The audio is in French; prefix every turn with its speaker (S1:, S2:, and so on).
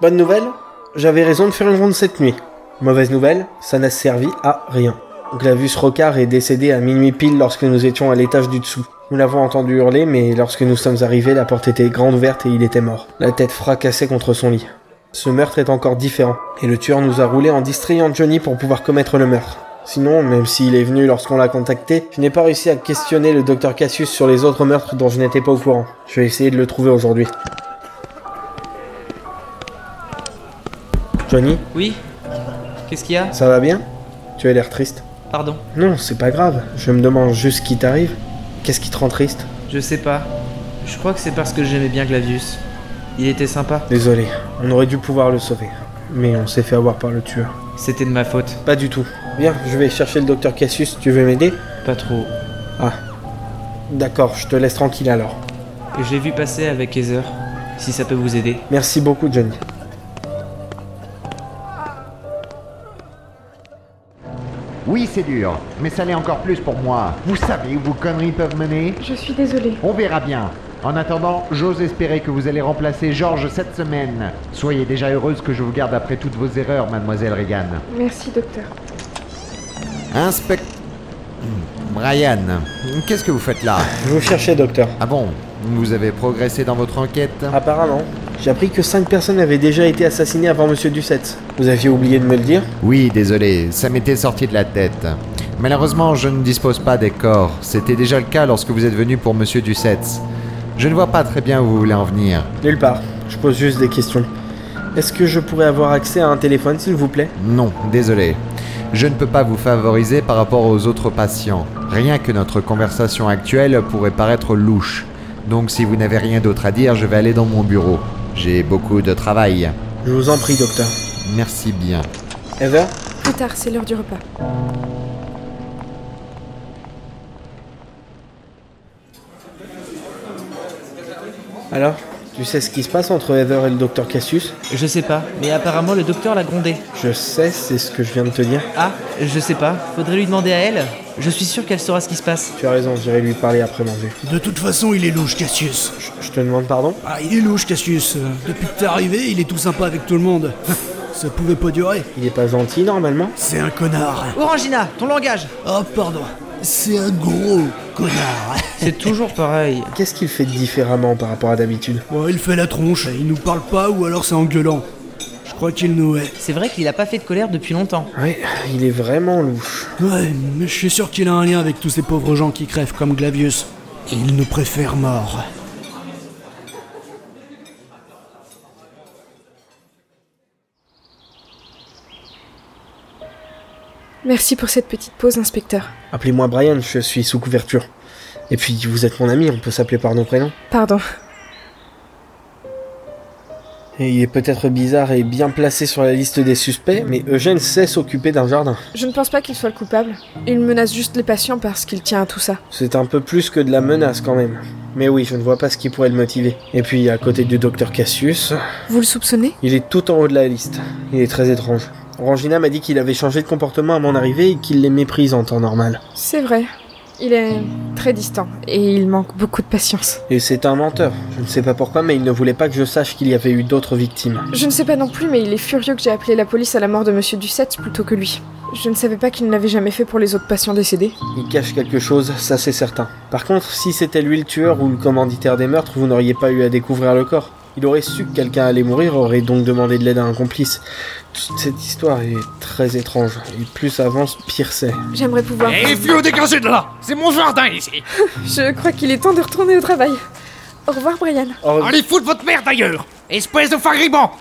S1: Bonne nouvelle, j'avais raison de faire une ronde cette nuit. Mauvaise nouvelle, ça n'a servi à rien. Glavus Rocard est décédé à minuit pile lorsque nous étions à l'étage du dessous. Nous l'avons entendu hurler, mais lorsque nous sommes arrivés, la porte était grande ouverte et il était mort, la tête fracassée contre son lit. Ce meurtre est encore différent, et le tueur nous a roulé en distrayant Johnny pour pouvoir commettre le meurtre. Sinon, même s'il est venu lorsqu'on l'a contacté, je n'ai pas réussi à questionner le docteur Cassius sur les autres meurtres dont je n'étais pas au courant. Je vais essayer de le trouver aujourd'hui. Johnny,
S2: Oui Qu'est-ce qu'il y a
S1: ça va bien Tu as l'air triste.
S2: Pardon,
S1: Non, c'est pas grave. Je me demande juste ce qui t'arrive. Qu'est-ce qui te rend triste
S2: je sais pas. Je crois que c'est parce que j'aimais bien Glavius. Il était sympa.
S1: Désolé, on aurait dû pouvoir le sauver. Mais on s'est fait avoir par le tueur.
S2: C'était de ma faute.
S1: Pas du tout. Viens, je vais chercher le docteur Cassius. Tu veux m'aider
S2: Pas trop.
S1: Ah. D'accord, je te laisse tranquille alors.
S2: J'ai vu passer avec Heather. Si ça peut vous aider.
S1: Merci beaucoup, Johnny.
S3: Oui, c'est dur, mais ça l'est encore plus pour moi. Vous savez où vos conneries peuvent mener
S4: Je suis désolée.
S3: On verra bien. En attendant, j'ose espérer que vous allez remplacer Georges cette semaine. Soyez déjà heureuse que je vous garde après toutes vos erreurs, mademoiselle Regan.
S4: Merci, docteur.
S3: Inspect... Brian, qu'est-ce que vous faites là
S1: Je vous cherchais, docteur.
S3: Ah bon Vous avez progressé dans votre enquête
S1: Apparemment, j'ai appris que 5 personnes avaient déjà été assassinées avant Monsieur Dussette. Vous aviez oublié de me le dire
S3: Oui, désolé, ça m'était sorti de la tête. Malheureusement, je ne dispose pas des corps. C'était déjà le cas lorsque vous êtes venu pour Monsieur Dussets. Je ne vois pas très bien où vous voulez en venir.
S1: Nulle part. Je pose juste des questions. Est-ce que je pourrais avoir accès à un téléphone, s'il vous plaît
S3: Non, désolé. Je ne peux pas vous favoriser par rapport aux autres patients. Rien que notre conversation actuelle pourrait paraître louche. Donc si vous n'avez rien d'autre à dire, je vais aller dans mon bureau. J'ai beaucoup de travail.
S1: Je vous en prie, docteur.
S3: Merci bien.
S1: Ever
S4: Plus tard, c'est l'heure du repas.
S1: Alors Tu sais ce qui se passe entre Ever et le docteur Cassius
S2: Je sais pas, mais apparemment le docteur l'a grondé.
S1: Je sais, c'est ce que je viens de te dire.
S2: Ah, je sais pas. Faudrait lui demander à elle. Je suis sûr qu'elle saura ce qui se passe.
S1: Tu as raison, j'irai lui parler après manger.
S5: De toute façon, il est louche, Cassius.
S1: Je- Je te demande pardon
S5: Ah, il est louche, Cassius. Euh, Depuis que t'es arrivé, il est tout sympa avec tout le monde. Ça pouvait pas durer.
S1: Il est pas gentil normalement
S5: C'est un connard.
S2: Orangina, ton langage
S5: Oh, pardon. C'est un gros connard.
S2: C'est toujours pareil.
S1: Qu'est-ce qu'il fait de différemment par rapport à d'habitude
S5: Bon, il fait la tronche, il nous parle pas ou alors c'est engueulant. Je crois qu'il nous hait.
S2: C'est vrai qu'il a pas fait de colère depuis longtemps.
S1: Ouais, il est vraiment louche.
S5: Ouais, mais je suis sûr qu'il a un lien avec tous ces pauvres gens qui crèvent comme Glavius. Il nous préfère morts.
S4: Merci pour cette petite pause, inspecteur.
S1: Appelez-moi Brian, je suis sous couverture. Et puis, vous êtes mon ami, on peut s'appeler par nos prénoms.
S4: Pardon.
S1: Et il est peut-être bizarre et bien placé sur la liste des suspects, mais Eugène sait s'occuper d'un jardin.
S4: Je ne pense pas qu'il soit le coupable. Il menace juste les patients parce qu'il tient à tout ça.
S1: C'est un peu plus que de la menace quand même. Mais oui, je ne vois pas ce qui pourrait le motiver. Et puis, à côté du docteur Cassius,
S4: Vous le soupçonnez
S1: il est tout en haut de la liste. Il est très étrange. Rangina m'a dit qu'il avait changé de comportement à mon arrivée et qu'il les méprise en temps normal.
S4: C'est vrai. Il est très distant et il manque beaucoup de patience.
S1: Et c'est un menteur. Je ne sais pas pourquoi, mais il ne voulait pas que je sache qu'il y avait eu d'autres victimes.
S4: Je ne sais pas non plus, mais il est furieux que j'ai appelé la police à la mort de Monsieur Dussette plutôt que lui. Je ne savais pas qu'il ne l'avait jamais fait pour les autres patients décédés.
S1: Il cache quelque chose, ça c'est certain. Par contre, si c'était lui le tueur ou le commanditaire des meurtres, vous n'auriez pas eu à découvrir le corps. Il aurait su que quelqu'un allait mourir, aurait donc demandé de l'aide à un complice. Toute cette histoire est très étrange, et plus ça avance, pire c'est.
S4: J'aimerais pouvoir.
S6: Et vieux, dégagez de là C'est mon jardin ici
S4: Je crois qu'il est temps de retourner au travail. Au revoir, Brian.
S1: Or,
S6: Allez foutre votre merde ailleurs Espèce de fagriban